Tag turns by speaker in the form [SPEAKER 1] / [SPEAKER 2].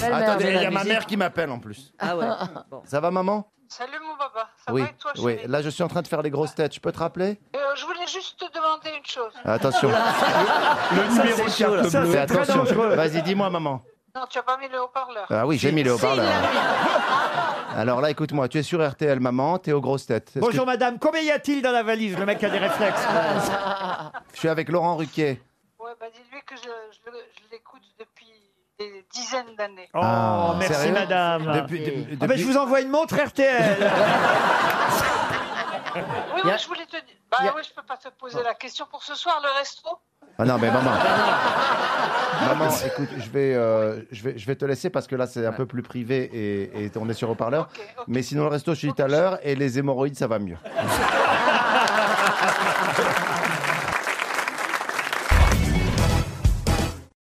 [SPEAKER 1] belle-mère.
[SPEAKER 2] Attendez, il y a ma
[SPEAKER 3] musique.
[SPEAKER 2] mère qui m'appelle en plus.
[SPEAKER 3] Ah ouais. Bon.
[SPEAKER 2] Ça va, maman
[SPEAKER 4] Salut mon papa, ça
[SPEAKER 2] Oui.
[SPEAKER 4] va et toi
[SPEAKER 2] oui.
[SPEAKER 4] chérie
[SPEAKER 2] Là, je suis en train de faire les grosses têtes. Je peux te rappeler
[SPEAKER 4] Euh, Je voulais juste te demander une chose.
[SPEAKER 2] Attention.
[SPEAKER 5] Le numéro de carte
[SPEAKER 2] Fais
[SPEAKER 5] bleue.
[SPEAKER 2] attention. Vas-y, dis-moi, maman.
[SPEAKER 4] Non, tu as pas mis le haut-parleur.
[SPEAKER 2] Ah oui, j'ai mis le haut-parleur. Alors là, écoute-moi, tu es sur RTL, maman, t'es aux grosses têtes. Est-ce que
[SPEAKER 5] Bonjour madame, combien y a-t-il dans la valise Le mec a des réflexes.
[SPEAKER 2] Je suis avec Laurent Ruquier.
[SPEAKER 4] Ouais, bah dis-lui que je, je le- je l'écoute depuis des dizaines d'années.
[SPEAKER 5] Oh,
[SPEAKER 2] Ah,
[SPEAKER 5] merci
[SPEAKER 2] sérieux
[SPEAKER 5] madame.
[SPEAKER 2] Depuis, de-
[SPEAKER 5] Ah ben,
[SPEAKER 2] depuis-
[SPEAKER 5] je vous envoie une montre RTL.
[SPEAKER 2] Oh,
[SPEAKER 4] Oui, oui, je voulais te dire. Bah oui, je peux pas te poser la question pour ce soir, le resto.
[SPEAKER 2] Ah non, mais maman. maman, écoute, je vais, euh, je, vais, je vais te laisser parce que là, c'est un peu plus privé et, et on est sur haut-parleur.
[SPEAKER 4] Ok, ok.
[SPEAKER 2] Mais sinon, le resto, je suis tout à l'heure et les hémorroïdes, ça va mieux.